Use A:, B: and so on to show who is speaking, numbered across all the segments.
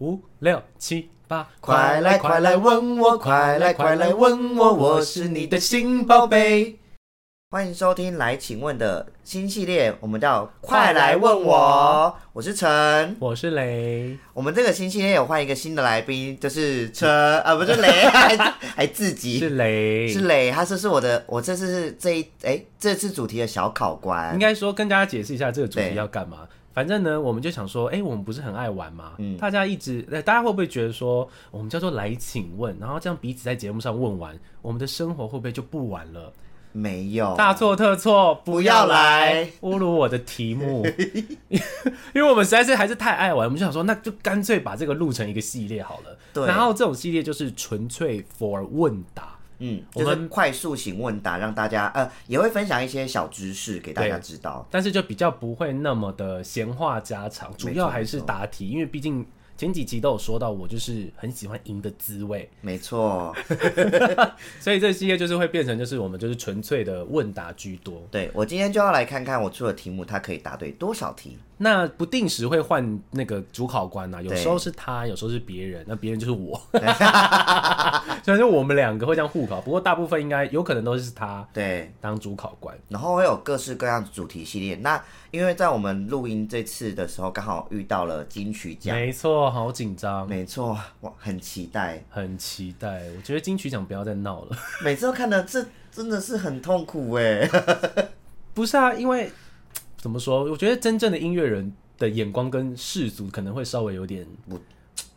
A: 五六七八，
B: 快来快来吻我，快来快来吻我，我是你的新宝贝。欢迎收听《来请问》的新系列，我们叫“快来问我”，我是陈。
A: 我是雷，
B: 我们这个新系列有换一个新的来宾，就是陈啊，不是 雷，还还自
A: 是
B: 己
A: 雷，
B: 是雷，他这是我的，我这次是这一哎这次主题的小考官
A: 应，该说跟大家解释一下这个主题
B: 对
A: 要干嘛。反正呢，我们就想说，哎、我们不是很爱玩吗？
B: 嗯
A: 大家一直，呃大家会不会觉得说，我们叫做来请问，然后这样彼此在节目上问完，我们的生活会不会就不玩了？
B: 没有
A: 大错特错，
B: 不
A: 不
B: 哦要
A: 要
B: 来
A: 来侮辱我的题 目，因为我们实在是还是太爱玩，我们就想说，那就干脆把这个录成一个系列好了。
B: 对
A: 然后这种系列就是纯粹 for 问答，
B: 嗯，
A: 我
B: 就
A: 们
B: 是快速型问答，让大家呃也会分享一些小知识给大家
A: 对
B: 知道。
A: 但是就比较不会那么的闲话家常，主要还是
B: 没错
A: 答题，因为毕竟前几集都有说到，我就是很喜欢赢的滋味，
B: 没错，
A: 所以这系列就是会变成就是我们就是纯粹的问答居多。
B: 对我今天就要来看看我出的题目，它可以答对多少题。
A: 那不定时会换那个主考官呐、有
B: 对
A: 时候是他，有时候是别人，那别人就是我。虽然说我们两个会这样互考，不过大部分应该有可能都是他
B: 对，
A: 当主考官。
B: 然后会有各式各样的主题系列。那因为在我们录音这次的时候，刚好遇到了金曲奖，
A: 没错，好紧张，
B: 没错，我很期待。
A: 很期待。我觉得金曲奖不要再闹了。
B: 每次都看的这真的是很痛苦哎。
A: 不是啊，因为怎么说？我觉得真正的音乐人的眼光跟世俗可能会稍微有点
B: 不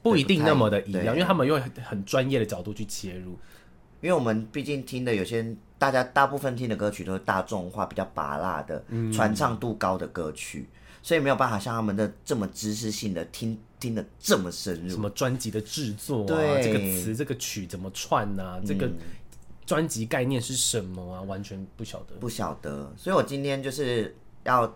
A: 不不一定那么的一
B: 对
A: 样，因为他们用很很专业的角度去切入。
B: 因为我们毕竟听的有些大家大部分听的歌曲都是大众化、比较拔辣的、传唱度高的歌曲，所以没有办法像他们的这么知识性的听听的这么深
A: 什
B: 入。
A: 么专辑的制作啊，
B: 对嗯
A: 这个词、这个曲怎么串啊，这个专辑概念是什么啊，完全不晓得。
B: 不晓得，所以我今天就是要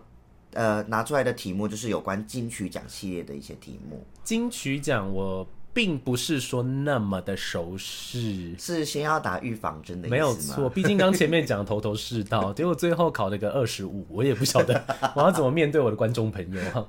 B: 呃拿出来的题目就是有关金曲奖系列的一些题目，
A: 金曲奖我并不是说那么的熟识。
B: 是先要打预防针的意思
A: 没有
B: 吗
A: 错，毕竟刚前面讲得头头是道，结果最后考了个二十五，我也不晓得我要怎么面对我的观众朋友啊，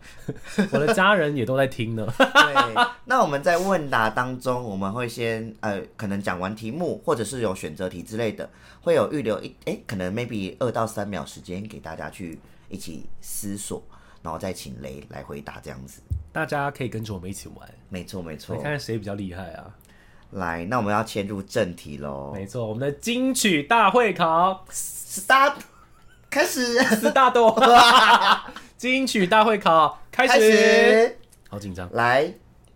A: 我的家人也都在听呢。
B: 对，那我们在问答当中，我们会先呃，可能讲完题目，或者是有选择题之类的，会有预留一哎，可能 maybe 二到三秒时间给大家去一起思索，然后再请雷来回答这样子。
A: 大家可以跟着我们一起玩，
B: 没错，没错
A: 你。看谁比较厉害啊？
B: 来，那我们要切入正题喽
A: 没错，我们的金曲大会考
B: ，start，开始，
A: 四大 豆，金曲大会考开始，
B: 开始，
A: 好紧张，
B: 来，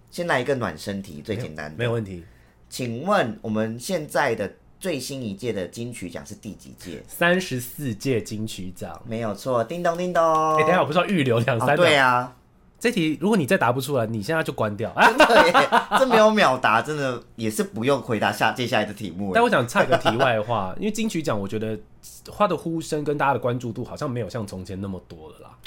B: 先来一个暖身题，最简单的。
A: 没有问题。
B: 请问我们现在的最新一届的金曲奖是第几届？
A: 三十四届金曲奖，
B: 没有错，叮咚叮咚。
A: 哎、等一下我不是要预留两
B: 啊
A: 三秒？
B: 哦对啊，
A: 这题如果你再答不出来，你现在就关掉啊！
B: 对， 这没有秒答，真的也是不用回答下接下来的题目欸
A: 但
B: 了。
A: 我想插一个题外话，因为金曲奖，我觉得它的呼声跟大家的关注度好像没有像从前那么多了啦。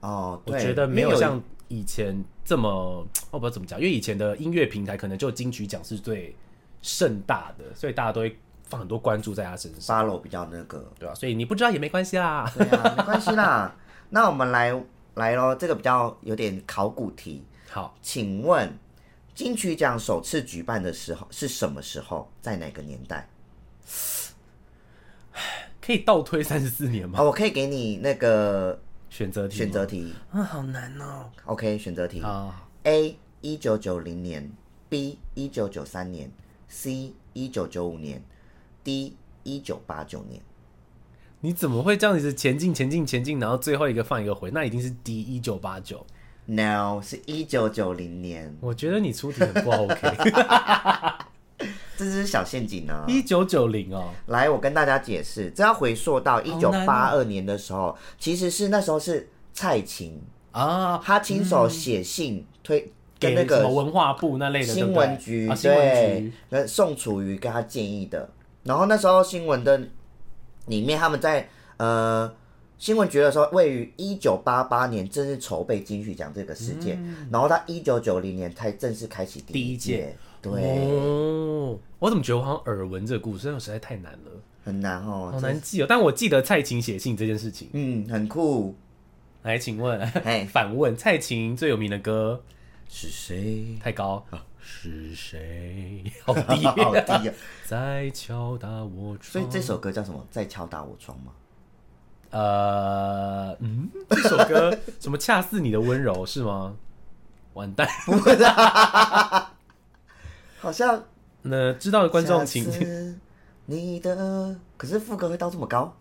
B: 哦，
A: 我
B: 对
A: 觉得没
B: 因
A: 有
B: 为
A: 像以前这么，哦我不知道怎么讲，因为以前的音乐平台可能就金曲奖是最盛大的，所以大家都会放很多关注在他身上，
B: 沙漏比较那个，
A: 对吧、所以你不知道也没关系啦。
B: 对啊，没关系啦。那我们来来咯，这个比较有点考古题，
A: 好，
B: 请问金曲奖首次举办的时候是什么时候？在哪个年代？
A: 可以倒推三十四年吗？
B: 哦，我可以给你那个
A: 选择题吗，
B: 选择题
A: 啊，好难哦。
B: ，OK，选择题
A: 啊，
B: ：A 一九九零年，B 一九九三年，C 一九九五年，D 一九八九年。
A: 你怎么会这样子前进、前进、前进，然后最后一个放一个回？那一定是 D 一九八九。
B: No，是一九九零年，
A: 我觉得你出题很不 OK。
B: 这是小陷阱啊！
A: 一九九零哦，
B: 来，我跟大家解释，这要回溯到一
A: 好
B: 九
A: 难
B: 八
A: 哦
B: 二年的时候，其实是那时候是蔡琴，
A: 啊，
B: 她亲手写信推跟
A: 给
B: 那
A: 什么
B: 个
A: 文化部那类的对
B: 新
A: 不对
B: 闻局
A: 啊，新闻
B: 对
A: 局，
B: 那宋楚瑜跟他建议的。然后那时候新闻的里面，他们在呃新闻局的时候，位于一九八八年正式筹备金曲奖这个事件，然后到一九九零年才正式开启
A: 嗯第
B: 一
A: 一届。
B: 对，
A: 哦，我怎么觉得我好像耳闻这个故事，但我实在太难了，
B: 很难哦，
A: 好难记哦。但我记得蔡琴写信这件事情。
B: 嗯，很酷。
A: 来，请问
B: 嘿，
A: 反问蔡琴最有名的歌
B: 是 谁？
A: 太高。啊是谁？ 好低。
B: 好低啊！
A: 在敲打我
B: 所
A: 窗
B: 以。这首歌叫什么？在敲打我窗吗？
A: 呃，嗯， 这首歌什么恰似你的温柔是吗？完蛋。
B: 好像
A: 那知道的 观众请
B: 下次你的，可是副歌会到这么 高？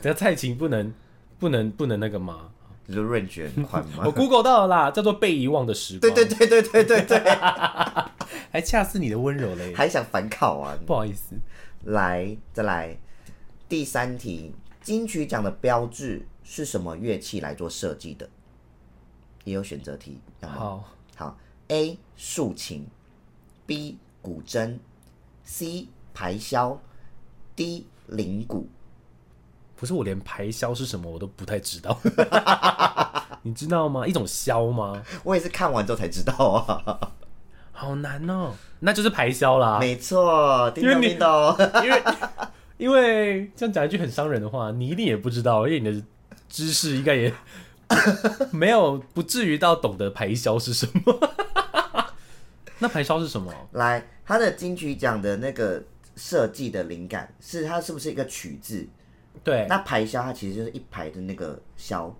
A: 等下蔡琴不能不能不能那个 吗？
B: 你说润卷款吗
A: 我？Google 到了啦，叫做被遗忘的时
B: 对
A: 光。
B: 对对对对对对，
A: 对，还恰似你的温柔嘞。
B: 还想反考啊？
A: 不好意思，
B: 来，再来，第三题，金曲奖的标志是什么乐器来做设计的？也有选择题，要吗？
A: 好，
B: 好，A 竖琴，B 古筝，C 排箫，D 铃鼓。
A: 不是我连排箫是什么我都不太知 道，你知道吗？一种箫吗？
B: 我也是看完之后才知道啊。
A: 好难哦，那就是排箫啦。
B: 没错，叮
A: 因为
B: 咚
A: 你
B: 叮咚，
A: 因为因为这样讲一句很伤人的话，你一定也不知道，因为你的知识应该也没有不至于到懂得排箫是什么。 那排箫是什么？
B: 来，他的金曲奖的那个设计的灵感是它是不是一个曲字？
A: 对，
B: 那排箫它其实就是一排的那个箫，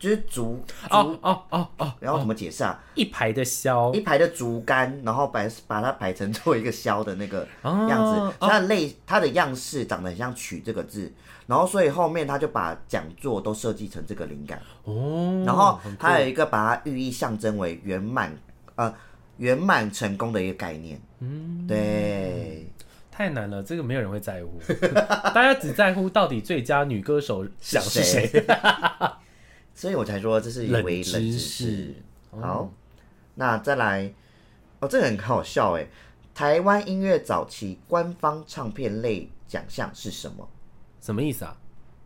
B: 就是竹
A: 哦哦哦哦，
B: 然后怎么解释啊？
A: 一排的箫
B: 一排的竹竿，然后把把它排成做一个箫的那个
A: 哦
B: 样子，
A: 哦
B: 所以它的类它的样式长得很像“曲”这个字，然后所以后面他就把讲座都设计成这个灵感，
A: 哦，
B: 然后
A: 很酷
B: 还有一个把它寓意象征为圆满，呃，圆满成功的一个概念。嗯，对，
A: 太难了，这个没有人会在乎， 大家只在乎到底最佳女歌手奖是谁。
B: 所以我才说这是一
A: 冷
B: 为冷
A: 知
B: 知
A: 识哦
B: 识。好，那再来，哦，这个很好笑哎。台湾音乐早期官方唱片类奖项是什么？
A: 什么意思啊？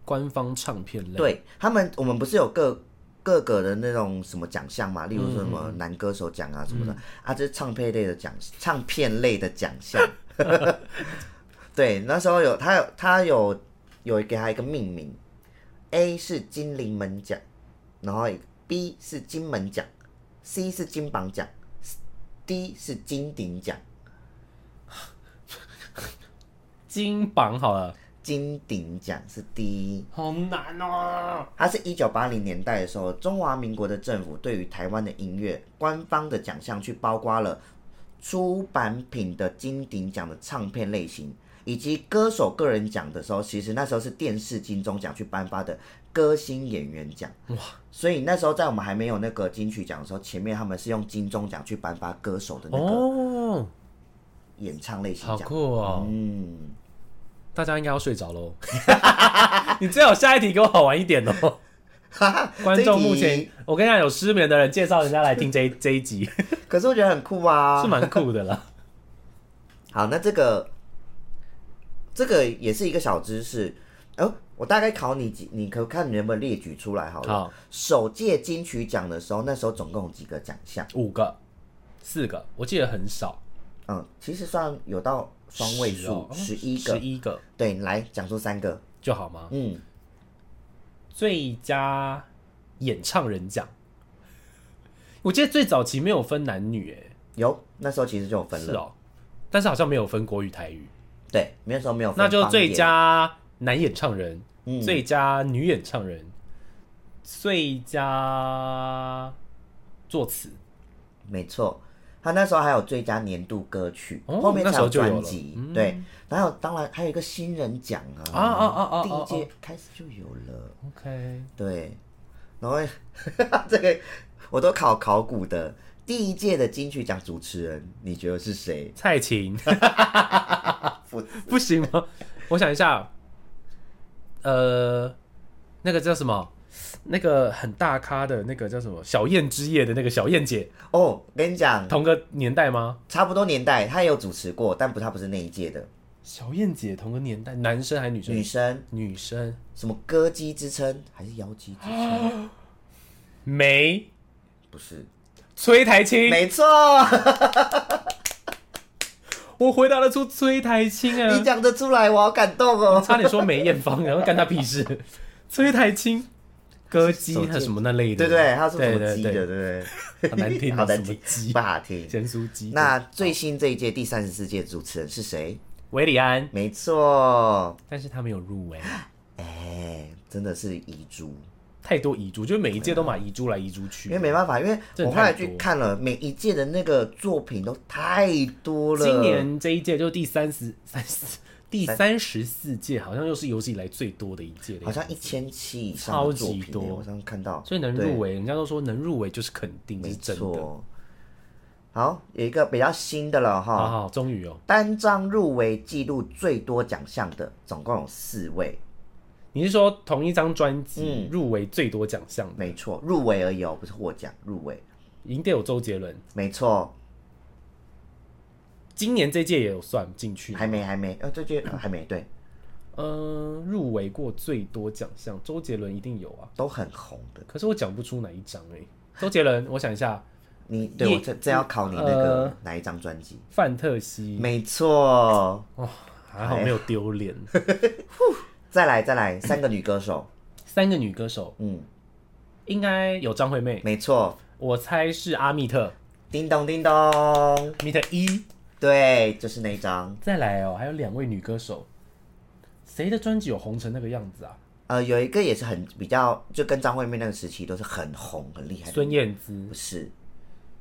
A: 官方唱片类，
B: 对他们，我们不是有各各个的那种什么奖项嘛，例如说什么男歌手奖啊什么的、啊，这是唱片类的奖，唱片类的奖项。 对，那时候有他有他有有给他一个命名，A 是金陵门奖，然后 B 是金门奖，C 是金榜奖，D 是金鼎奖。
A: 金榜好了，
B: 金鼎奖是 D。
A: 好难哦。
B: 它是一九八零年代的时候，中华民国的政府对于台湾的音乐官方的奖项，去包括了出版品的金鼎奖的唱片类型，以及歌手个人奖的时候，其实那时候是电视金钟奖去颁发的歌星演员奖。哇！所以那时候在我们还没有那个金曲奖的时候，前面他们是用金钟奖去颁发歌手的那个
A: 哦，
B: 演唱类型
A: 好
B: 奖。
A: 酷哦！
B: 嗯，
A: 大家应该要睡着喽。 你最好下一题给我好玩一点哦。 观众目
B: 这一
A: 前
B: 题，
A: 我跟你讲，有失眠的人介绍人家来听 这一这一集
B: 可是我觉得很酷啊，
A: 是蛮酷的啦。
B: 好，那这个这个也是一个小知识。哦，我大概考你几，你可看你能不能列举出来 好了。
A: 好，
B: 首届金曲奖的时候，那时候总共有几个奖项？
A: 五个、四个，我记得很少，
B: 嗯，其实算有到双位数，
A: 十
B: 十
A: 哦
B: 一、个。
A: 十一个
B: 对，来讲出三个。
A: 就好吗？
B: 嗯，
A: 最佳演唱人奖，我记得最早期没有分男女、
B: 有，那时候其实就有
A: 哎，
B: 分
A: 是
B: 了。
A: 哦，但是好像没有分国语、台语，
B: 对，那时候没有分
A: 那就
B: 方
A: 最
B: 言
A: 佳男演唱人、
B: 嗯
A: 最佳女演唱人、最佳作词，
B: 没错，他那时候还有最佳年度歌曲，
A: 哦
B: 后面
A: 那时
B: 才
A: 候就有
B: 专
A: 了
B: 辑。
A: 嗯
B: 对，然后当然还有一个新人奖啊，
A: 啊啊啊啊啊
B: 第一
A: 啊
B: 届开始就有了。
A: OK，
B: 对，然后 这个我都考考古的，第一届的金曲奖主持人，你觉得是谁？
A: 蔡琴
B: 不
A: 不行吗？我想一下，呃，那个叫什么？那个很大咖的那个叫什么？小燕之夜的那个小燕姐，
B: 哦，跟你讲，
A: 同个年代吗？
B: 差不多年代，他也有主持过，但不，他不是那一届的
A: 小燕姐同个年代，男生还是女生？
B: 女生，
A: 女生
B: 什么歌姬之称还是妖姬之
A: 哦
B: 称？
A: 梅
B: 不是，
A: 崔台青，
B: 没错，
A: 我回答得出崔台青
B: 你
A: 啊！
B: 讲得出来，我好感动哦。
A: 差点说梅艳芳，然后干她屁事。崔台青，歌姬还是什么那类的，
B: 对不对？它是什么鸡
A: 对
B: 的，
A: 对
B: 对
A: 对好难
B: 对？
A: 听
B: 好
A: 啊，
B: 的
A: 什么鸡
B: 不，好 听。
A: 咸酥鸡。
B: 那最新这一届第三十四届主持人是谁？
A: 维里安，
B: 没错，
A: 但是他没有入围，
B: 哎，真的是遗珠，
A: 太多遗珠，就是每一届都买遗珠来遗珠去
B: 因为，没办法，因为
A: 真
B: 我
A: 的
B: 后
A: 太
B: 来
A: 多
B: 去看了每一届的那个作品都太多了。
A: 今年这一届就是第三十三十第三十四届，好像又是有史以来最多的一届的样
B: 好
A: 子，
B: 像一千七以上的
A: 超级
B: 作品耶，
A: 多
B: 我刚刚看到，
A: 所以能
B: 对
A: 入围，人家都说能入围就是肯定
B: 没
A: 是真的。
B: 错。好，有一个比较新的了
A: 好
B: 哈，
A: 好，终于哦，
B: 单张入围记录最多奖项的，总共有四位，
A: 你是说同一张专辑
B: 嗯
A: 入围最多奖项的，
B: 没错，入围而已哦，不是获奖，入围，
A: 一定有周杰伦，
B: 没错，
A: 今年这届也有算进去。
B: 还没还没，呃，这届呃还没，对，
A: 嗯，入围过最多奖项，周杰伦一定有啊，
B: 都很红的。
A: 可是我讲不出哪一张哎、周杰伦，我想一下，
B: 你对
A: 叶
B: 我这这要考你那个、
A: 呃
B: 哪一张专辑？
A: 范特西，
B: 没错，
A: 哦，还好没有丢脸。
B: 再来 再来，三个女歌手，
A: 三个女歌手
B: 嗯，
A: 应该有张惠妹，
B: 没错，
A: 我猜是阿密特，
B: 叮咚叮咚，
A: 密特一。
B: 对，就是那一张。
A: 再来哦，还有两位女歌手，谁的专辑有红成那个样子啊？
B: 呃，有一个也是很比较，就跟张惠妹那个时期都是很红很厉害的。
A: 孙燕姿
B: 不、是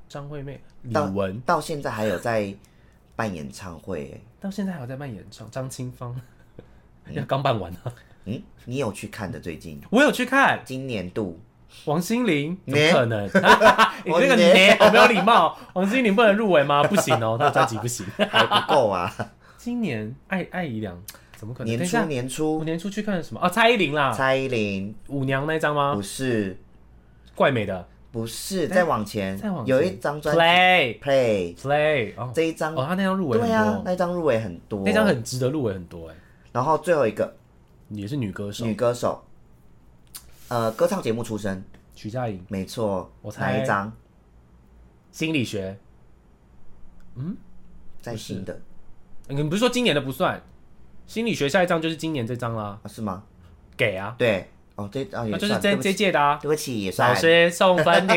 A: 张惠妹、李
B: 到
A: 玟，
B: 到现在还有在办演唱会耶。
A: 到现在还有在办演唱。张清芳 要刚办完啊，
B: 嗯，你有去看的最近？
A: 我有去看
B: 今年 度
A: 王心凌，怎
B: 咩
A: 么可 能？ 你这个
B: 咩
A: 你好没有礼貌，王心凌不能入围吗？ 不行哦，她的专辑不行。
B: 还不够啊，
A: 今年艾艾怡良怎么可能？
B: 年
A: 等一
B: 初
A: 下，
B: 年
A: 我
B: 初，
A: 年初去看什么？啊，蔡依林啦，
B: 蔡依林
A: 舞娘那一张吗
B: 不？是
A: 怪美的
B: 不是，再往前
A: 哎再往前
B: 有一张专辑
A: Play
B: Play
A: Play 哦，
B: 这一张
A: 哦，，他那张入围很
B: 对啊，
A: 多，
B: 那张入围很多，
A: 那张很值得入围很多哎，
B: 然后最后一个
A: 也是女歌手
B: 女歌手，呃，歌唱节目出身，
A: 徐佳莹，
B: 没错，
A: 我猜
B: 哪一张？
A: 心理学，
B: 在新的
A: 你嗯不是说今年的不算？心理学下一张就是今年这张啦，
B: 啊？是吗？
A: 给啊，
B: 对，哦，这啊也
A: 那
B: 算，
A: 就是
B: 对
A: 这
B: 不
A: 这
B: 起，
A: 届的啊。
B: 对不起，也
A: 老
B: 算
A: 师送分 你，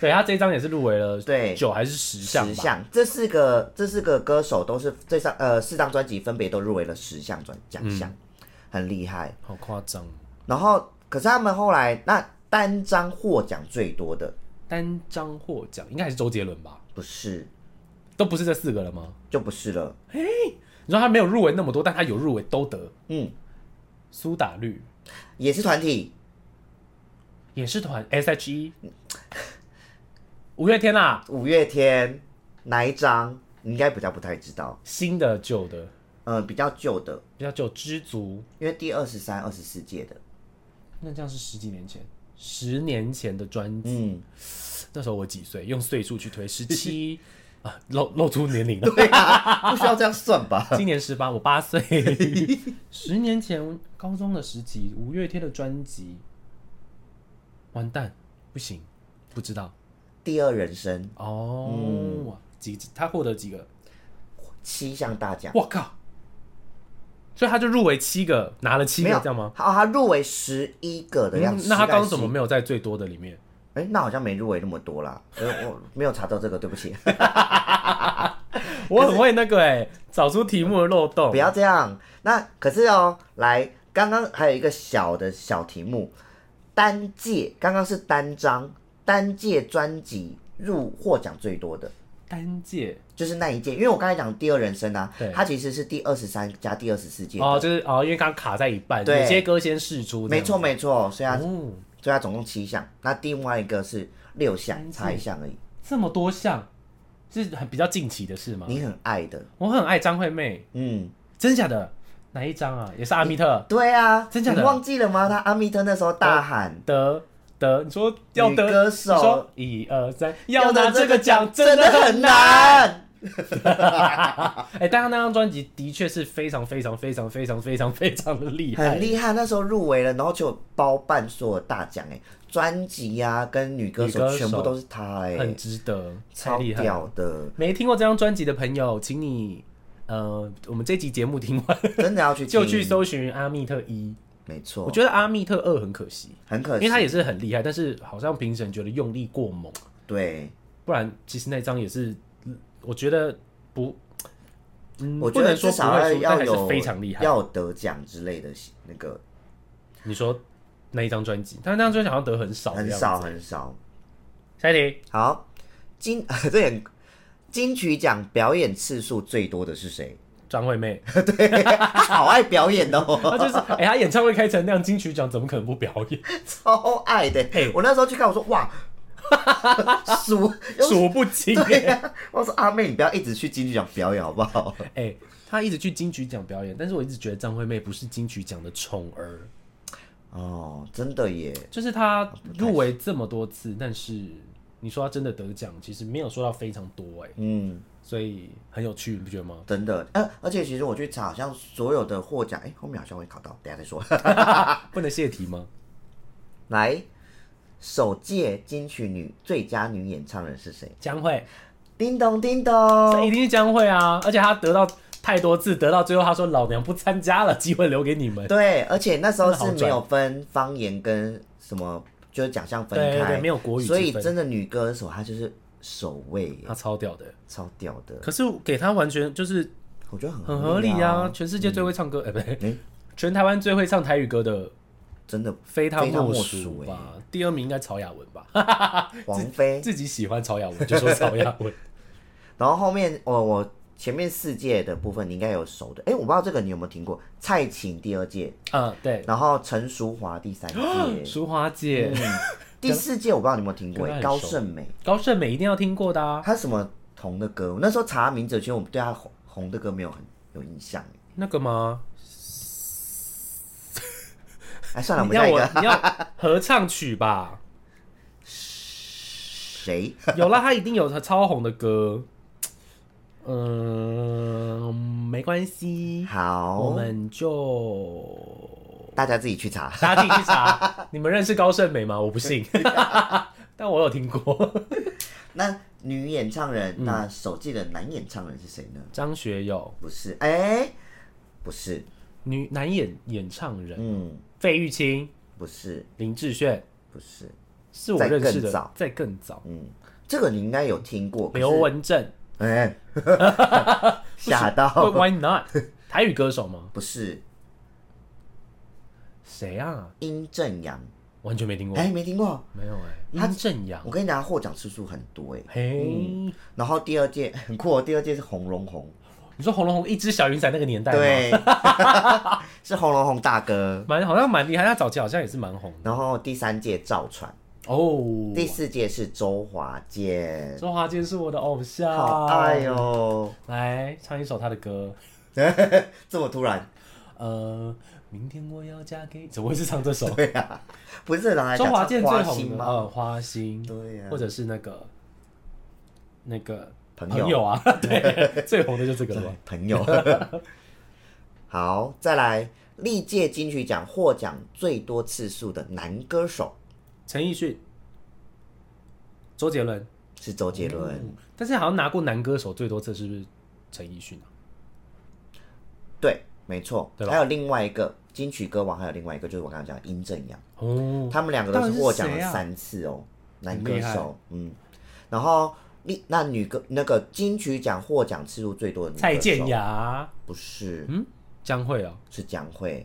A: 对他这张也是入围了，
B: 对
A: 九还是十项
B: 十
A: 吧？
B: 项。这四个这四个歌手都是这张呃四张专辑分别都入围了十项专奖项，
A: 嗯
B: 很厉害。
A: 好夸张，
B: 然后可是他们后来那单张获奖最多的
A: 单张获奖应该还是周杰伦吧？
B: 不是
A: 都不是这四个了吗？
B: 就不是了，
A: 你说他没有入围那么多，但他有入围都得
B: 嗯，
A: 苏打绿，
B: 也是团体，
A: 也是团 S.H.E，五月天啊啦、
B: 五月天哪一张？你应该比较不太知道，
A: 新的旧的
B: 嗯、比较旧的，
A: 比较旧，知足，
B: 因为第二十三、二十四届的，
A: 那这样是十几年前，十年前的专辑，
B: 嗯，
A: 那时候我几岁？用岁数去推，十七啊，露露出年龄了。
B: 对啊，不需要这样算吧？
A: 今年十八，我八 岁。十年前高中的时期，五月天的专辑，完蛋，不行，不知道
B: 第二人生
A: 哦。哇
B: 嗯
A: 几他获得几个？
B: 七项大奖。
A: 我靠！所以他就入围七个，拿了七个
B: 没有，，
A: 这样吗？
B: 好，他入围十一个的样
A: 嗯
B: 子。
A: 那他刚
B: 10还
A: 刚
B: 是
A: 怎么？没有在最多的里面？
B: 哎、那好像没入围那么多 啦。呃，我没有查到这个，对不起。
A: 我很会那个哎、找出题目的漏洞
B: 不。要这样。那可是哦，来，刚刚还有一个小的小题目，单届刚刚是单张，单届专辑入获奖最多的。
A: 单届
B: 就是那一届，因为我刚才讲第二人生啊
A: 对，
B: 它其实是第二十三加第二十四届，
A: 哦，就是哦，因为刚卡在一半，
B: 对
A: 有些歌先试出，
B: 没错没错，所以它、
A: 哦，
B: 所以它总共七项，那另外一个是六项，
A: 单
B: 差一项而已。
A: 这么多项，是很比较近期的事吗？
B: 你很爱的，
A: 我很爱张惠妹，
B: 嗯，
A: 真假的？哪一张啊？也是阿密特
B: 对啊，
A: 真假的
B: 你忘记了吗？他阿密特那时候大喊，
A: 得得，你说要
B: 女
A: 得
B: 歌手
A: 你说一二三，
B: 要
A: 要
B: 拿
A: 拿这
B: 这个
A: 个奖
B: 真
A: 真
B: 的
A: 的
B: 很
A: 很难。
B: 难。
A: 哎，但他那张专辑的确是非常非常非常非常非常非常的厉害，
B: 很厉害，那时候入围了，然后就包办所有大奖哎、专辑呀跟女歌手
A: 女歌手
B: 全部都是她哎、
A: 很值得，太
B: 超
A: 厉害了。
B: 屌的，
A: 没听过这张专辑的朋友，请你呃，我们这集节目听完
B: 真的要 去
A: 就
B: 听
A: 去搜寻阿密特一，
B: 没
A: 我
B: 错，
A: 觉得阿密特二很可惜，
B: 很可
A: 因
B: 惜，
A: 为他也是很厉害，但是好像评审觉得用力过猛，
B: 对，
A: 不然其实那张也是，我觉得不，嗯，
B: 我
A: 不
B: 觉得
A: 能
B: 至
A: 说不
B: 少要
A: 会输，但
B: 要
A: 还是
B: 有
A: 非常厉害。
B: 要有得奖之类的那个
A: 你说那一张专辑，但那张专辑好像得很少，
B: 很少。很少。
A: 下一题，
B: 好，金 这也金曲奖表演次数最多的是谁？
A: 张惠妹，
B: 她好爱表演哦，
A: 她就是哎、她演唱会开成那样，金曲奖怎么可能不表演？
B: 超爱的
A: 哎。
B: 我那时候去看，我说哇， 数 用
A: 数不清、哎
B: 对呀、我说阿妹，你不要一直去金曲奖表演好不好？
A: 哎，她一直去金曲奖表演，但是我一直觉得张惠妹不是金曲奖的宠儿，
B: 哦，真的耶，
A: 就是她入围这么多
B: 哦
A: 次，但是你说她真的得奖，其实没有说到非常多哎、
B: 嗯，
A: 所以很有趣，你不觉得吗？
B: 真的。呃，而且其实我去查，好像所有的获奖，哎、后面好像会考到，等一下再说。
A: 不能泄题吗？
B: 来，首届金曲女最佳女演唱人是谁？
A: 江蕙，
B: 叮咚叮
A: 这
B: 咚，
A: 一定是江蕙啊！而且她得到太多次，得到最后她说老娘不参加了，机会留给你们。
B: 对，而且那时候
A: 真的好
B: 是
A: 转
B: 没有分方言跟什么，就是奖项分开，
A: 对对对没有国语
B: 所以
A: 之分啊
B: 真的女歌手她就是首位耶
A: 她，超屌的，
B: 超屌的，
A: 可是给她完全就是
B: 我觉得很
A: 很合理啊！
B: 啊，
A: 全世界最会唱歌，哎、不对，
B: 哎
A: 全台湾最会唱台语歌的
B: 真的
A: 非她
B: 非她
A: 莫
B: 莫
A: 属
B: 属哎
A: 吧？第二名应该曹雅文吧？
B: 王菲。
A: 自己喜欢曹雅文就说曹雅 文。
B: 然后后面我我前面四届的部分你应该有熟的，哎，我不知道这个你有没有听过，蔡琴第二届，
A: 嗯，对，
B: 然后陈淑华第三届，嗯
A: 淑华姐、
B: 第四届我不知道你有没有听过，
A: 跟她很
B: 诶高
A: 熟
B: 胜美，
A: 高胜美一定要听过的啊。
B: 她什么红的歌？我那时候查名字，其实我对她红红的歌没有很有印象。
A: 那个吗？
B: 哎，算了，我
A: 你
B: 们
A: 要
B: 下一
A: 我
B: 个
A: 你要合唱曲吧？
B: 谁？
A: 有啦，他一定有他超红的歌。嗯，没关系，我
B: 好，
A: 们就
B: 大家自己去查。
A: 大家自己去 查。你们认识高胜美吗？我不信，但我有听过
B: 那女演唱人，
A: 嗯
B: 那首季的男演唱人是谁呢？
A: 张学友
B: 不是，哎，不是，
A: 女男演演唱人
B: 嗯，
A: 费玉清、
B: 不是，
A: 林志炫，
B: 不是，
A: 是我
B: 再
A: 认识
B: 更
A: 的
B: 早，
A: 在更早。
B: 嗯，这个你应该有听过。可是
A: 刘文正，
B: 哎，吓
A: 会
B: 到，
A: Why not？台语歌手吗？
B: 不是
A: 谁啊？
B: 殷正阳，
A: 完全没听过，
B: 哎，没听过。
A: 没有哎。
B: 他
A: 殷正阳
B: 我，跟你讲，他获奖次数很多哎。
A: 嘿，
B: 然后第二届 很酷哦，第二届是红龙红，
A: 你说红龙红一只小云仔那个年代吗？
B: 对， 是红龙红大哥。
A: 蛮好像蛮厉害，他早期好像也是蛮红的
B: 然后第三届赵传，
A: 哦。
B: 第四届是周华健，
A: 周华健是我的偶像，
B: 好爱！哦！
A: 来唱一首他的歌，
B: 这么突然，
A: 呃，明天我要嫁给，怎么会是唱这首？
B: 不是人来
A: 周
B: 讲
A: 华健
B: 唱
A: 最
B: 花
A: 红
B: 心
A: 的，
B: 吗？
A: 呃，花心，
B: 对呀
A: 或者是那个那个
B: 朋友
A: 朋友 啊，对，最红的就这个了吧。
B: 朋友。 好，再来历届金曲奖获奖最多次数的男歌手
A: 陈奕迅、周杰伦，
B: 是周杰伦，
A: 但是好像拿过男歌手最多次是不是陈奕迅啊？
B: 对，没错。
A: 对吧
B: 还有另外一个金曲歌王，还有另外一个就是我刚刚讲的殷正阳，
A: 哦，
B: 他们两个都
A: 到底是
B: 获奖了
A: 谁啊
B: 三次哦，男
A: 很
B: 歌
A: 厉害
B: 手，嗯，然后。另那女歌那个金曲奖获奖次数最多的女歌
A: 蔡健
B: 手
A: 雅、啊嗯
B: 不是
A: 江蕙哦，
B: 是江蕙，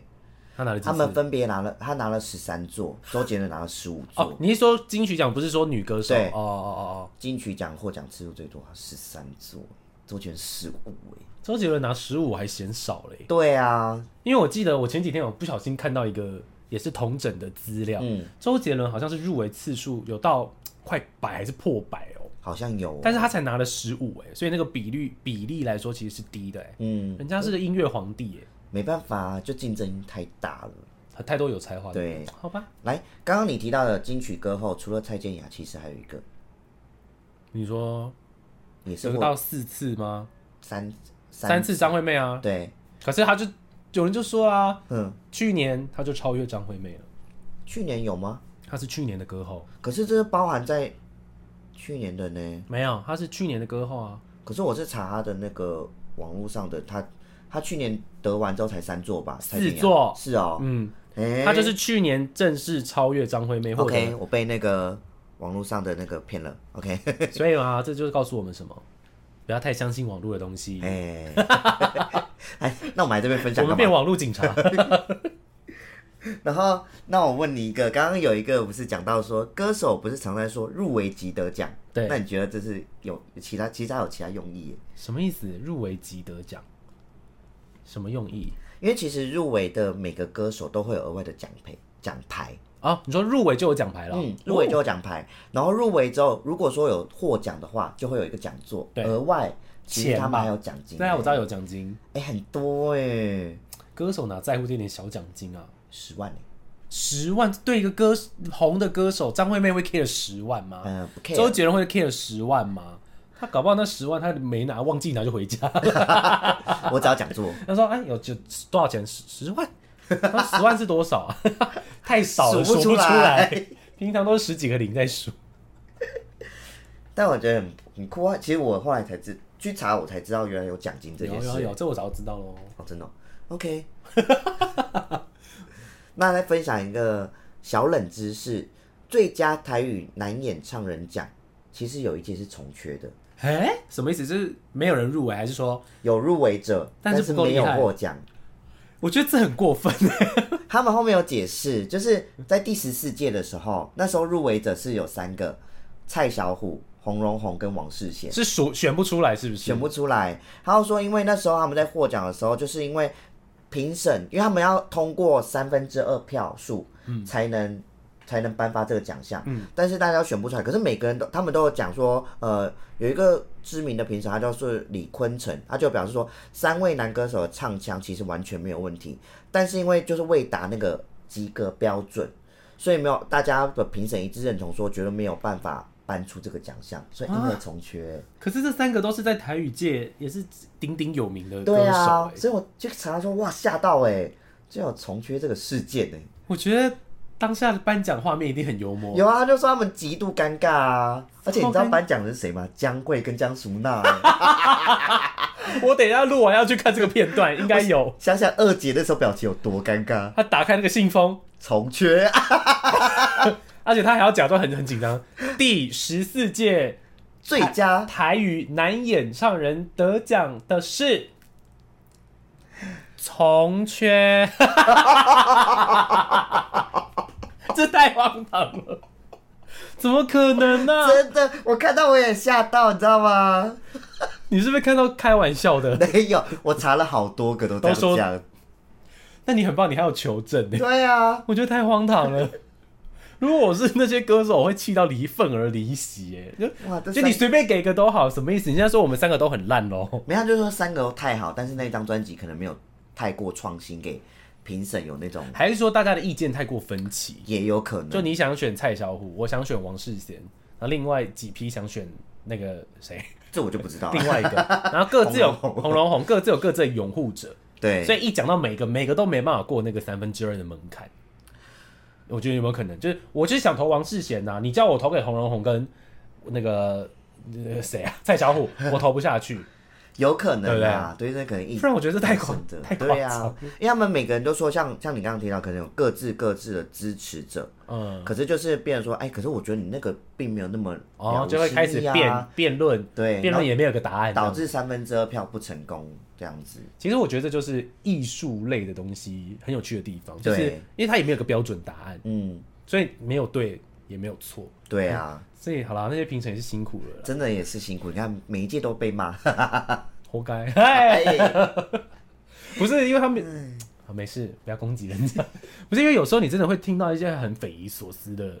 A: 他拿了几
B: 他们
A: 次？
B: 分别拿了，他拿了十三座，周杰伦拿了十五座，
A: 哦，你是说金曲奖不是说女歌手？
B: 对
A: 哦哦哦
B: 金曲奖获奖次数最多，十三座，周杰伦十五
A: 哦
B: 哎。，
A: 周杰伦拿十五还嫌少嘞，
B: 对啊，
A: 因为我记得我前几天有不小心看到一个也是同整的资料，
B: 嗯，
A: 周杰伦好像是入围次数有到快百还是破百哦，
B: 好像有哦、
A: 但是他才拿了十五哎，所以那个比率比例来说其实是低的哎，
B: 嗯，
A: 人家是个音乐皇帝
B: 没办法啊，就竞争太大了。
A: 哎，太多有才华的人，
B: 对，
A: 好吧，
B: 来，刚刚你提到的金曲歌后，除了蔡健雅，其实还有一个
A: 你说
B: 也是
A: 得
B: 获
A: 到四次吗？
B: 三
A: 三次张惠妹啊，
B: 对，
A: 可是他就有人就说啊，
B: 嗯，
A: 去年他就超越张惠妹了，
B: 去年有吗？
A: 他是去年的歌后，
B: 可是这是包含在去年的呢。
A: 没有，他是去年的歌后啊。
B: 可是我是查他的那个网络上的他，他去年得完之后才三座吧，
A: 四
B: 蔡健雅
A: 座
B: 是哦，
A: 嗯，
B: 哎、
A: 他就是去年正式超越张惠妹获得
B: OK，我被那个网络上的那个骗了，OK，
A: 所以嘛，这就是告诉我们什么？不要太相信网络的东西。
B: 哎， 哎，那我们来这边分
A: 嗯我
B: 享
A: 们
B: 干
A: 变
B: 嘛？
A: 网络警察，
B: 然后，那我问你一个，刚刚有一个不是讲到说，歌手不是常在说入围即得奖，
A: 对
B: 那你觉得这是有其他，其实它有其他用意耶，
A: 什么意思？入围即得奖，什么用意？
B: 因为其实入围的每个歌手都会有额外的奖牌，奖牌，
A: 啊，你说入围就有奖牌了？
B: 嗯，入围
A: 哦
B: 就有奖牌，然后入围之后，如果说有获奖的话，就会有一个讲座，
A: 对
B: 额外其实
A: 钱
B: 他们
A: 吧
B: 还有奖金，
A: 对啊，我知道有奖金，
B: 哎、很多哎，
A: 歌手哪在乎这点小奖金啊？
B: 十万哎，
A: 十万对一个歌红的歌手，张惠妹会 care 十万吗？
B: 嗯、不 care，
A: 啊周杰伦会 care 十万吗？他搞不好那十万他没拿，忘记拿就回家。
B: 我只要讲座，
A: 他说：“哎，有有多少钱？十十万？他说十万是多少 啊？太少了，数
B: 数不
A: 不
B: 出
A: 出
B: 来
A: 来。平常都是十几个零在数。
B: 但我觉得很很酷啊。其实我后来才知去查，我才知道原来有奖金这
A: 有
B: 件事。
A: 有有， 这我早就知道喽。
B: 哦，真的、哦、，OK。那来分享一个小冷知识：最佳台语男演唱人奖，其实有一届是重缺的，
A: 哎，什么意思？就是没有人入围，还是说？
B: 有入围者，
A: 但
B: 但
A: 是
B: 是
A: 不够
B: 没
A: 厉
B: 有
A: 害
B: 获奖。
A: 我觉得这很过分。
B: 他们后面有解释，就是在第十四届的时候，那时候入围者是有三个：蔡小虎、洪荣宏跟王世贤。
A: 是数选不出来，是不是
B: 选？不出来。他又说，因为那时候他们在获奖的时候，就是因为评审，因为他们要通过三分之二票数，
A: 嗯
B: 才能、才能颁发这个奖项。嗯，但是大家都选不出来，可是每个人都他们都有讲说，呃，有一个知名的评审，他叫做李坤城，他就表示说，三位男歌手的唱腔其实完全没有问题，但是因为就是未达那个及格标准。所以没有，大家的评审一致认同说，觉得没有办法颁出这个奖项，所以
A: 啊
B: 因而重缺、
A: 可是这三个都是在台语界也是鼎鼎有名的歌
B: 对
A: 手、
B: 啊，
A: 欸
B: 所以我就查说，哇，吓到哎、欸，就有重缺这个事件欸呢、
A: 我觉得当下的颁奖画面一定很幽默。
B: 有啊，他就说他们极度尴尬啊，而且你知
A: 超
B: 道
A: 尴尬
B: 颁奖的是谁吗？江贵跟江淑娜、 欸
A: 我等一下录完要去看这个片段，应该有。
B: 想想二姐那时候表情有多尴尬，
A: 他打开那个信封，
B: 重缺啊，
A: 而且他还要假装很很紧张。第十四届
B: 最 佳
A: 台语男演唱人得奖的是从缺， 这太荒唐了，怎么可能啊呢、
B: 真的，我看到我也吓到，你知道吗？
A: 你是不是看到开玩笑的？
B: 没有，我查了好多个都这
A: 都说
B: 样讲，
A: 那你很棒，你还有求证呢，
B: 对啊，
A: 我觉得太荒唐了。如果我是那些歌手，我会气到离愤而离席，哎，
B: 哇，这
A: 就就你
B: 三
A: 随便给一个都好，什么意思？你现在说我们三个都很烂哦喽？
B: 没有，他就说三个都太好，但是那张专辑可能没有太过创新，给评审有那种
A: 还是说大家的意见太过分歧？
B: 也有可能，
A: 就你想选蔡小虎，我想选王世贤，然后另外几批想选那个谁，
B: 这我就不知道了，
A: 另外一个，然后各自 有
B: 洪荣宏
A: 红龙红，各自有各自的拥护者，
B: 对，
A: 所以一讲到每个，每个都没办法过那个三分之二的门槛。我觉得有没有可能，就是我就是想投王世贤呐、啊你叫我投给洪荣宏跟那个呃谁啊蔡小 虎，我投不下去，
B: 有可能啊，对，那可能意
A: 不然我觉得这太夸
B: 真的
A: 太夸
B: 对
A: 张
B: 啊，因为他们每个人都说像像你刚刚提到，可能有各自各自的支持者，
A: 嗯，
B: 可是就是变成说，哎，可是我觉得你那个并没有那么
A: 哦
B: 了，无
A: 就会开始
B: 新意啊
A: 辩辩论，
B: 对，
A: 辩论也没有个答案，
B: 然后导致三分之二票不成功这样子，
A: 其实我觉得这就是艺术类的东西很有趣的地方，
B: 对
A: 就是因为它也没有个标准答案，
B: 嗯，
A: 所以没有对也没有错。
B: 对啊，
A: 所以好啦，那些评审也是辛苦了啦，
B: 真的也是辛苦，你看每一届都被骂，
A: 活该。 哎，
B: 哎
A: 不是因为他
B: 嗯
A: 们，啊，没事，不要攻击人家。不是因为有时候你真的会听到一些很匪夷所思的，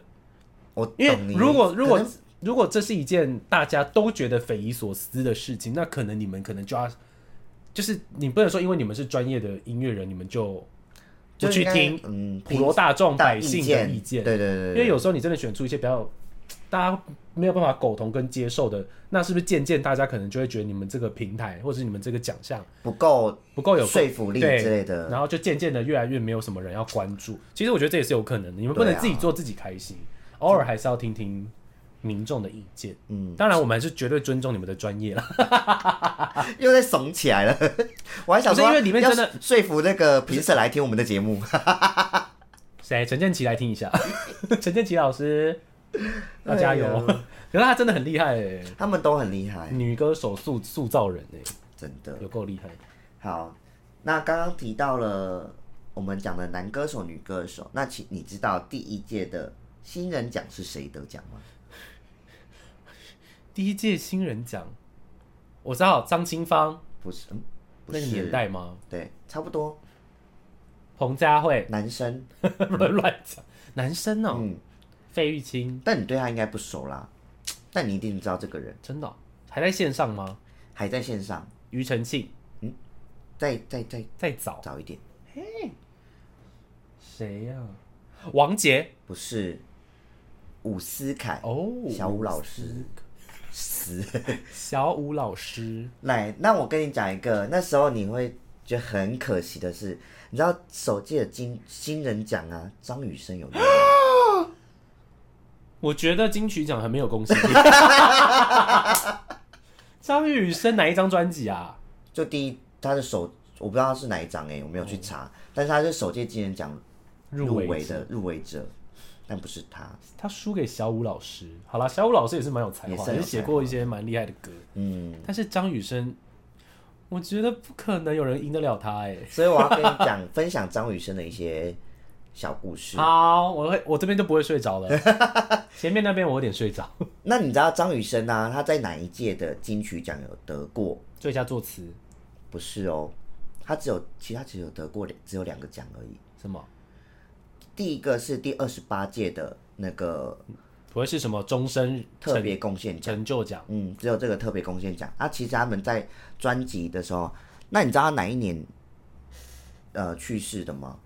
B: 我
A: 因
B: 懂
A: 为
B: 你，
A: 如果如
B: 可
A: 果
B: 能
A: 如果这是一件大家都觉得匪夷所思的事情，那可能你们可能就要，就是你不能说因为你们是专业的音乐人，你们就不
B: 就
A: 去
B: 应该
A: 听
B: 嗯
A: 普罗大众
B: 大
A: 百姓的意见。
B: 对对对，
A: 因
B: 对
A: 为有时候你真的选出一些比较大家没有办法苟同跟接受的，那是不是渐渐大家可能就会觉得你们这个平台或者是你们这个奖项
B: 不够
A: 不够有
B: 说服力
A: 对
B: 之类的
A: 然后就渐渐的越来越没有什么人要关注。其实我觉得这也是有可能的，你们不
B: 对啊
A: 能自己做自己开心，偶尔还是要听听民众的意见。
B: 嗯，
A: 当然我们还是绝对尊重你们的专业啦。
B: 又在怂起来了。 我还想
A: 不是
B: 说，
A: 因为里面真的
B: 说服那个评审来听我们的 节目。
A: 谁？陈建奇来听一下， 陈建奇老师，要加油！
B: 哎
A: 可是他真的很厉害哎，
B: 他们都很厉害，
A: 女歌手塑塑造人哎，
B: 真哎的。
A: 有够厉害。
B: 好，那刚刚提到了我们讲的男歌手、女歌手，那其你知道第一届的新人奖是谁得奖吗？
A: 第一届新人奖，我知道张清芳
B: 不是，嗯，不
A: 那
B: 是
A: 个年，代吗？
B: 对，差不多，
A: 彭佳 慧
B: 男生，
A: 乱乱讲，男生哦，
B: 嗯，
A: 费玉清
B: 但你对他应该不熟啦，但你一定知道这个人，
A: 真的哦还在线上吗？
B: 还在线上，
A: 庾澄庆
B: 再再再
A: 再早
B: 早一点，
A: 谁呀？王杰
B: 不是伍思凯，
A: 哦，
B: 小伍老师，死。
A: 小武老师，
B: 来，那我跟你讲一个，那时候你会觉得很可惜的是，你知道首届的金新人奖啊，张雨生有入围
A: 我觉得金曲奖很没有公信 力。张雨生哪一张专辑啊？
B: 就第一他的首，我不知道他是哪一张哎、我没有去查，但是他是首届金人奖入
A: 围
B: 围
A: 者，
B: 的入围者，但不是他，
A: 他输给小武老师。好啦，小武老师也是蛮有才
B: 也
A: 华，
B: 是很
A: 也
B: 有
A: 是写
B: 才
A: 过一些蛮厉害的歌。
B: 嗯，
A: 但是张雨生，我觉得不可能有人赢得了他哎、
B: 所以我要跟你讲 分享张雨生的一些小 故事。
A: 好，我会，我这边就不会睡着了。 前面那边我有点睡着。
B: 那你知道张雨生啊，他在哪一届的金曲奖有得过？
A: 最佳作词
B: 不是哦，他只有其实他只有得过两只有两个奖而已。
A: 什么？
B: 第一个是第二十八届的那个
A: 不会是什么终身
B: 特别贡献奖，
A: 成就奖？
B: 嗯，只有这个特别贡献奖。啊，其实他们在专辑的时候，那你知道他哪一年呃去世的吗？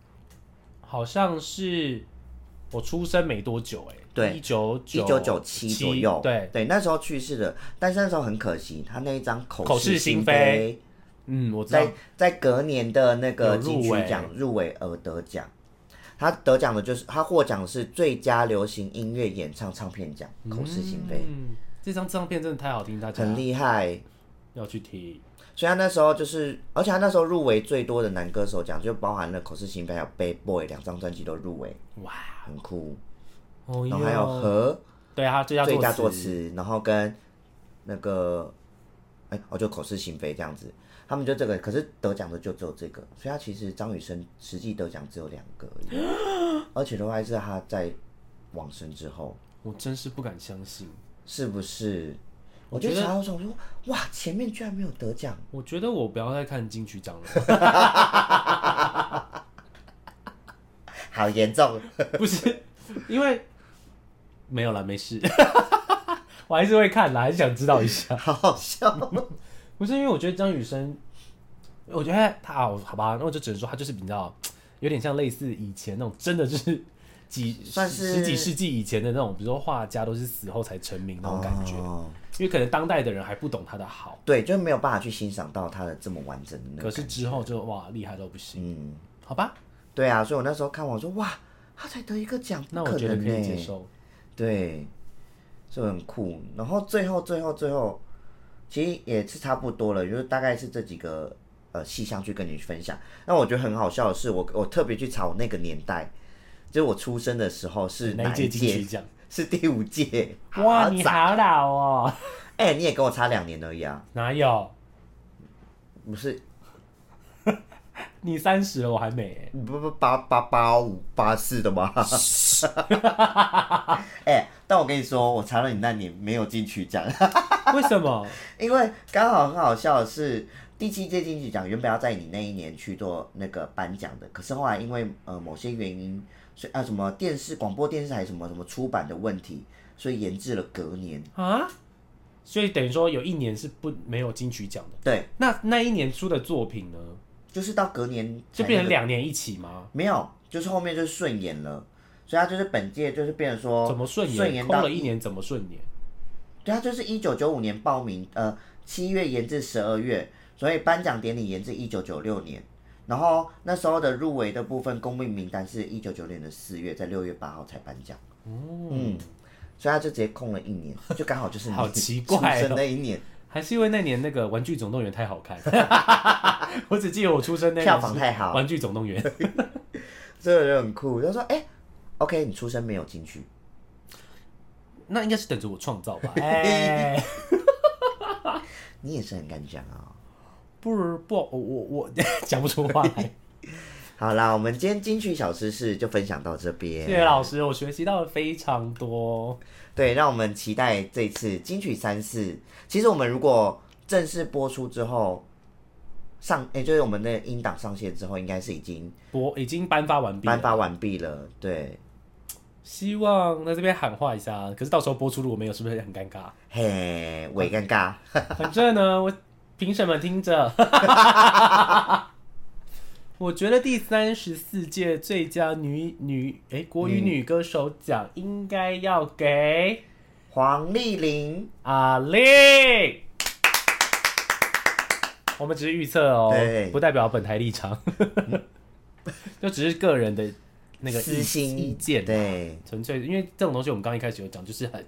A: 好像是我出生没多久哎、
B: 对
A: 一九
B: 一九九七左右，
A: 对，
B: 对，那时候去世的，但是那时候很可惜，他那一张口
A: 口是
B: 是
A: 心
B: 心
A: 非嗯，我知道
B: 在。在隔年的那
A: 有
B: 个
A: 入
B: 金曲
A: 围
B: 奖入围而得奖。他得奖的就是他获奖的是最佳流行音乐演唱唱片奖，口是心非，
A: 嗯，这张唱片真的太好听，大家
B: 很厉害。
A: 要去听。
B: 所以他那时候就是，而且他那时候入围最多的男歌手奖，就包含了《口是心非》还有《Bad Boy》两张专辑都入围，
A: 哇，
B: 很酷。
A: 哦
B: 然后还有《
A: 哟，
B: 和
A: 对啊，最佳》
B: 最佳
A: 作
B: 作，词，然后跟那个，哎、哦，就《口是心非》这样子，他们就这个，可是得奖的就只有这个，所以他其实张雨生实际得奖只有两个而 已，而且都还是他在往生之后，
A: 我真是不敢相信。
B: 是不是？我
A: 我觉
B: 就
A: 得
B: 查到时候我说，哇，前面居然没有得奖，
A: 我觉得我不要再看金曲奖了，
B: 好严重。
A: 不是因为没有啦，没事， 我还是会看啦，还是想知道一下。
B: 好好笑，
A: 不是因为我觉得张雨生，我觉得他哦，好吧，那我就只能说他就是比较有点像类似以前那种，真的就是几
B: 算是
A: 十几世纪以前的那种，比如说画家都是死后才成名那种感觉，
B: 哦
A: 因为可能当代的人还不懂他的好，
B: 对，就没有办法去欣赏到他的这么完整的那
A: 可
B: 个。
A: 是之后就哇厉害到不行，
B: 嗯，
A: 好吧，
B: 对啊，所以我那时候看完我说哇，他才得一个奖，
A: 那
B: 不
A: 我觉得
B: 能
A: 可以
B: 欸
A: 接受。
B: 对，就很酷。然后最后最后最后，其实也是差不多了，就是大概是这几个呃细项去跟你分享。那我觉得很好笑的是，我我特别去查我那个年代，就是我出生的时候是
A: 那
B: 哪
A: 一届金曲
B: 届？
A: 奖，
B: 是第五届。
A: 哇，
B: 好
A: 你
B: 早
A: 好老哦，
B: 哎、你也跟我差两年而已啊，
A: 哪有？
B: 不是
A: 你三十了，我还没欸。
B: 你不不八八八五八四的吗？ 哎、但我跟你说，我查了你那年没有进去奖，
A: 为什么？
B: 因为刚好很好笑的是，第七届金曲奖原本要在你那一年去做那个颁奖的，可是后来因为呃某些原因，所以啊什么电视、广播电视台什么什么出版的问题，所以延至了隔年。
A: 啊？所以等于说有一年是不没有金曲奖的。
B: 对，
A: 那那一年出的作品呢，
B: 就是到隔年才
A: 就变成两年一起吗？
B: 没有，就是后面就是顺延了，所以他就是本届就是变成说
A: 怎么顺
B: 顺
A: 延？
B: 延
A: 空
B: 到
A: 了一年怎么顺延？
B: 对，他就是一九九五年报名，呃，七月延至十二月，所以颁奖典礼延至一九九六年。然后那时候的入围的部分公布名单是一九九年的四月，在六月八号才颁奖，
A: 嗯，
B: 所以他就直接空了一年，就刚好就是你
A: 好奇怪哦
B: 出生那一年。
A: 还是因为那年那个《玩具总动员》太好看，我只记得我出 生那
B: 票
A: 年
B: 房
A: 是
B: 太好
A: 玩具总动员》，
B: 这个人很酷。他说：“哎、o k 你出生没有进去，
A: 那应该是等着我创造 吧？哎、
B: 你也是很敢讲啊、
A: 不如不，我我我 讲不出话来。
B: 好啦，我们今天金曲小知识就分享到这边。
A: 谢谢老师，我学习到了非常多。
B: 对，让我们期待这次金曲三四。其实我们如果正式播出之后，上诶、就是我们的音档上线之后，应该是已经
A: 我已经颁发完毕了
B: 颁发完毕了。对，
A: 希望在这边喊话一下，可是到时候播出如果没有，是不是很尴尬？
B: 嘿，伪尴尬。
A: 啊反正呢，我评审们听着， 我觉得第三十四届最佳女女诶国语女歌手奖应该要给
B: 黄丽玲，
A: 阿令。我们只是预测哦
B: 对，
A: 不代表本台立场， 就只是个人的那个
B: 私
A: 意
B: 心
A: 意见，
B: 对，
A: 纯粹因为这种东西我们刚一开始有讲，就是很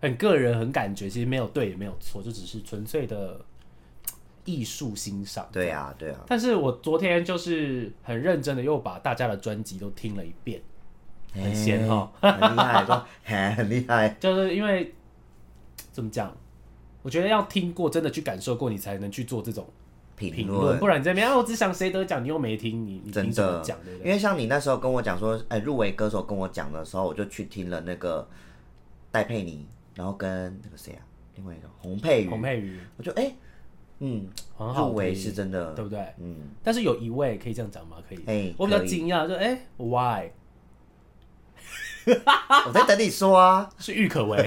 A: 很个人、很感觉，其实没有对也没有错，就只是纯粹的艺术欣赏。
B: 对啊，对啊，
A: 但是我昨天就是很认真的又把大家的专辑都听了一遍，很闲哦
B: 嘿，很厉害，说嘿，很厉害，
A: 就是因为怎么讲，我觉得要听过，真的去感受过，你才能去做这种
B: 评
A: 评
B: 论
A: 论，不然你这边啊，我只想谁得奖，你又没听，你你
B: 真
A: 凭什么
B: 的
A: 讲，对不，
B: 因
A: 对？
B: 为像你那时候跟我讲说，哎、入围歌手跟我讲的时候，我就去听了那个戴佩妮，然后跟那个谁啊，另外一个洪佩瑜，
A: 洪佩瑜
B: 我就哎、嗯，
A: 很好
B: 入围
A: 听
B: 是真的，
A: 对不对？
B: 嗯，
A: 但是有一位可以这样讲吗？可以，
B: 哎
A: 我比较
B: 可以
A: 惊讶，就哎、why
B: 我在等你说啊，
A: 是郁可 唯，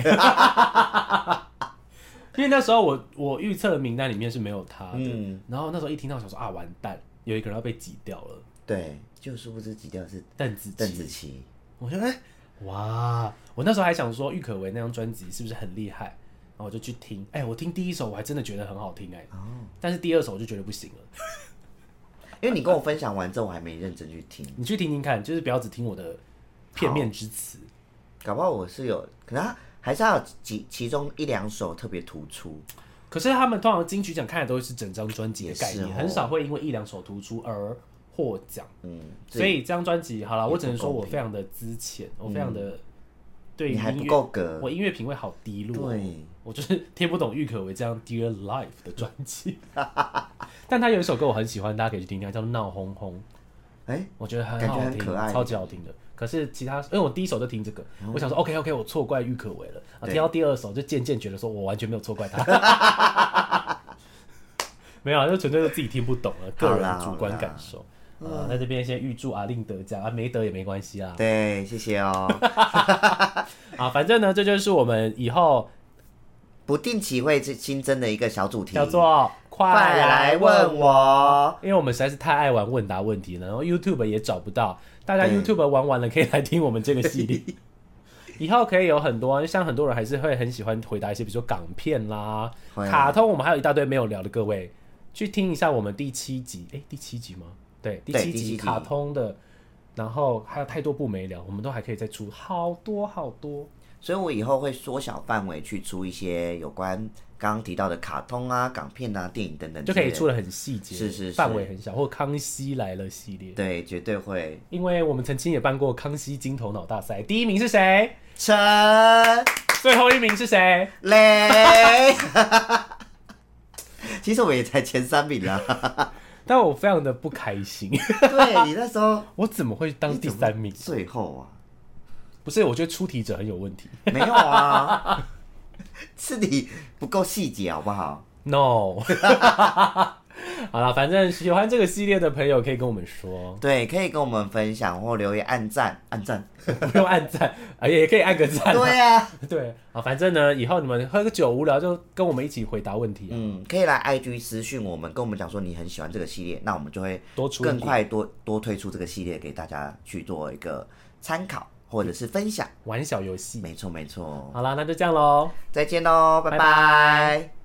A: 因为那时候我我预测的名单里面是没有他的，
B: 嗯
A: 然后那时候一听到想说啊完蛋，有一个人要被挤掉了，
B: 对，就是不知几调是
A: 邓紫
B: 邓紫
A: 棋，
B: 棋，
A: 我说哎、哇，我那时候还想说郁可唯那张专辑是不是很厉害，然后我就去听，哎、我听第一首我还真的觉得很好听哎、
B: 哦
A: 但是第二首我就觉得不行了，
B: 因为你跟我分享完之后，我还没认真去听，
A: 你去听听看，就是不要只听我的片面之词，
B: 搞不好我是有，可能他还是要有几其中一两首特别突出，
A: 可是他们通常金曲奖看的都是整张专辑的概
B: 也
A: 念，
B: 是哦
A: 很少会因为一两首突出而获奖。
B: 嗯，
A: 所以这张专辑好了，
B: 也
A: 我只能
B: 不
A: 说
B: 公
A: 我
B: 平
A: 非常的资浅，我非常的对
B: 你还
A: 音
B: 不
A: 乐，
B: 够格
A: 我，音乐品味好低落哦。
B: 对
A: 我就是听不懂郁可唯这张《Dear Life》的专 辑，但他有一首歌我很喜欢，大家可以去听听，叫《闹哄哄》，
B: 哎、
A: 我觉得很
B: 感觉
A: 好
B: 很
A: 听，
B: 可爱嗯
A: 超级好听的。可是其他，因为我第一首就听这个，我想说 OK OK，我错怪郁可唯了。啊，
B: 对
A: 听到第二首就渐渐觉得说我完全没有错怪他， 没有啊，就纯粹是自己听不懂了，个
B: 好啦嗯
A: 人
B: 好
A: 主
B: 啦
A: 观感受。啊、在这边先预祝阿令得奖啊，没得也没关系
B: 啊
A: 啦。
B: 对，谢谢 哦。
A: 啊，反正呢，这就是我们以后
B: 不定期会新增的一个小主题，
A: 叫做“快
B: 快来问我。
A: 因为我们实在是太爱玩问答问题了，然后 YouTube 也找不到，大家
B: 对
A: YouTube 玩完了可以来听我们这个系 列。以后可以有很多，像很多人还是会很喜欢回答一些，比如说港片啦、
B: 会啊
A: 卡通，我们还有一大堆没有聊的。各位去听一下我们第七集，诶，第七集吗？对，第
B: 对
A: 七
B: 第七集
A: 集卡通的，然后还有太多部没聊，我们都还可以再出好多好多。
B: 所以我以后会缩小范围去出一些有关刚刚提到的卡通啊、港片啊、电影等等之
A: 就
B: 类的，
A: 可以出的很细节，
B: 是是是
A: 范围很小，或康熙来了系列。
B: 对，绝对会。
A: 因为我们曾经也办过康熙金头脑大赛，第一名是谁？
B: 陈
A: 最后一名是谁？
B: 雷，其实我也才前三名啊啦。
A: 但我非常的不开心，
B: 对你那时候
A: 我怎么会当第三名？
B: 最后啊，
A: 不是，我觉得出题者很有问题。
B: 没有啊，是你不够细节好不好？
A: No，好了，反正喜欢这个系列的朋友可以跟我们说，
B: 对，可以跟我们分享或留言、按赞、按赞。
A: 不用按赞，啊也也可以按个赞。
B: 对呀、啊。
A: 对啊，反正呢，以后你们喝个酒无聊就跟我们一起回答问题啊，
B: 嗯，可以来 IG 私讯我们，跟我们讲说你很喜欢这个系列，那我们就会
A: 多出一
B: 更
A: 点
B: 快多多推出这个系列给大家去做一个参考或者是分享。
A: 玩小游戏。
B: 没错没错，
A: 好啦，那就这样喽。
B: 再见喽，拜拜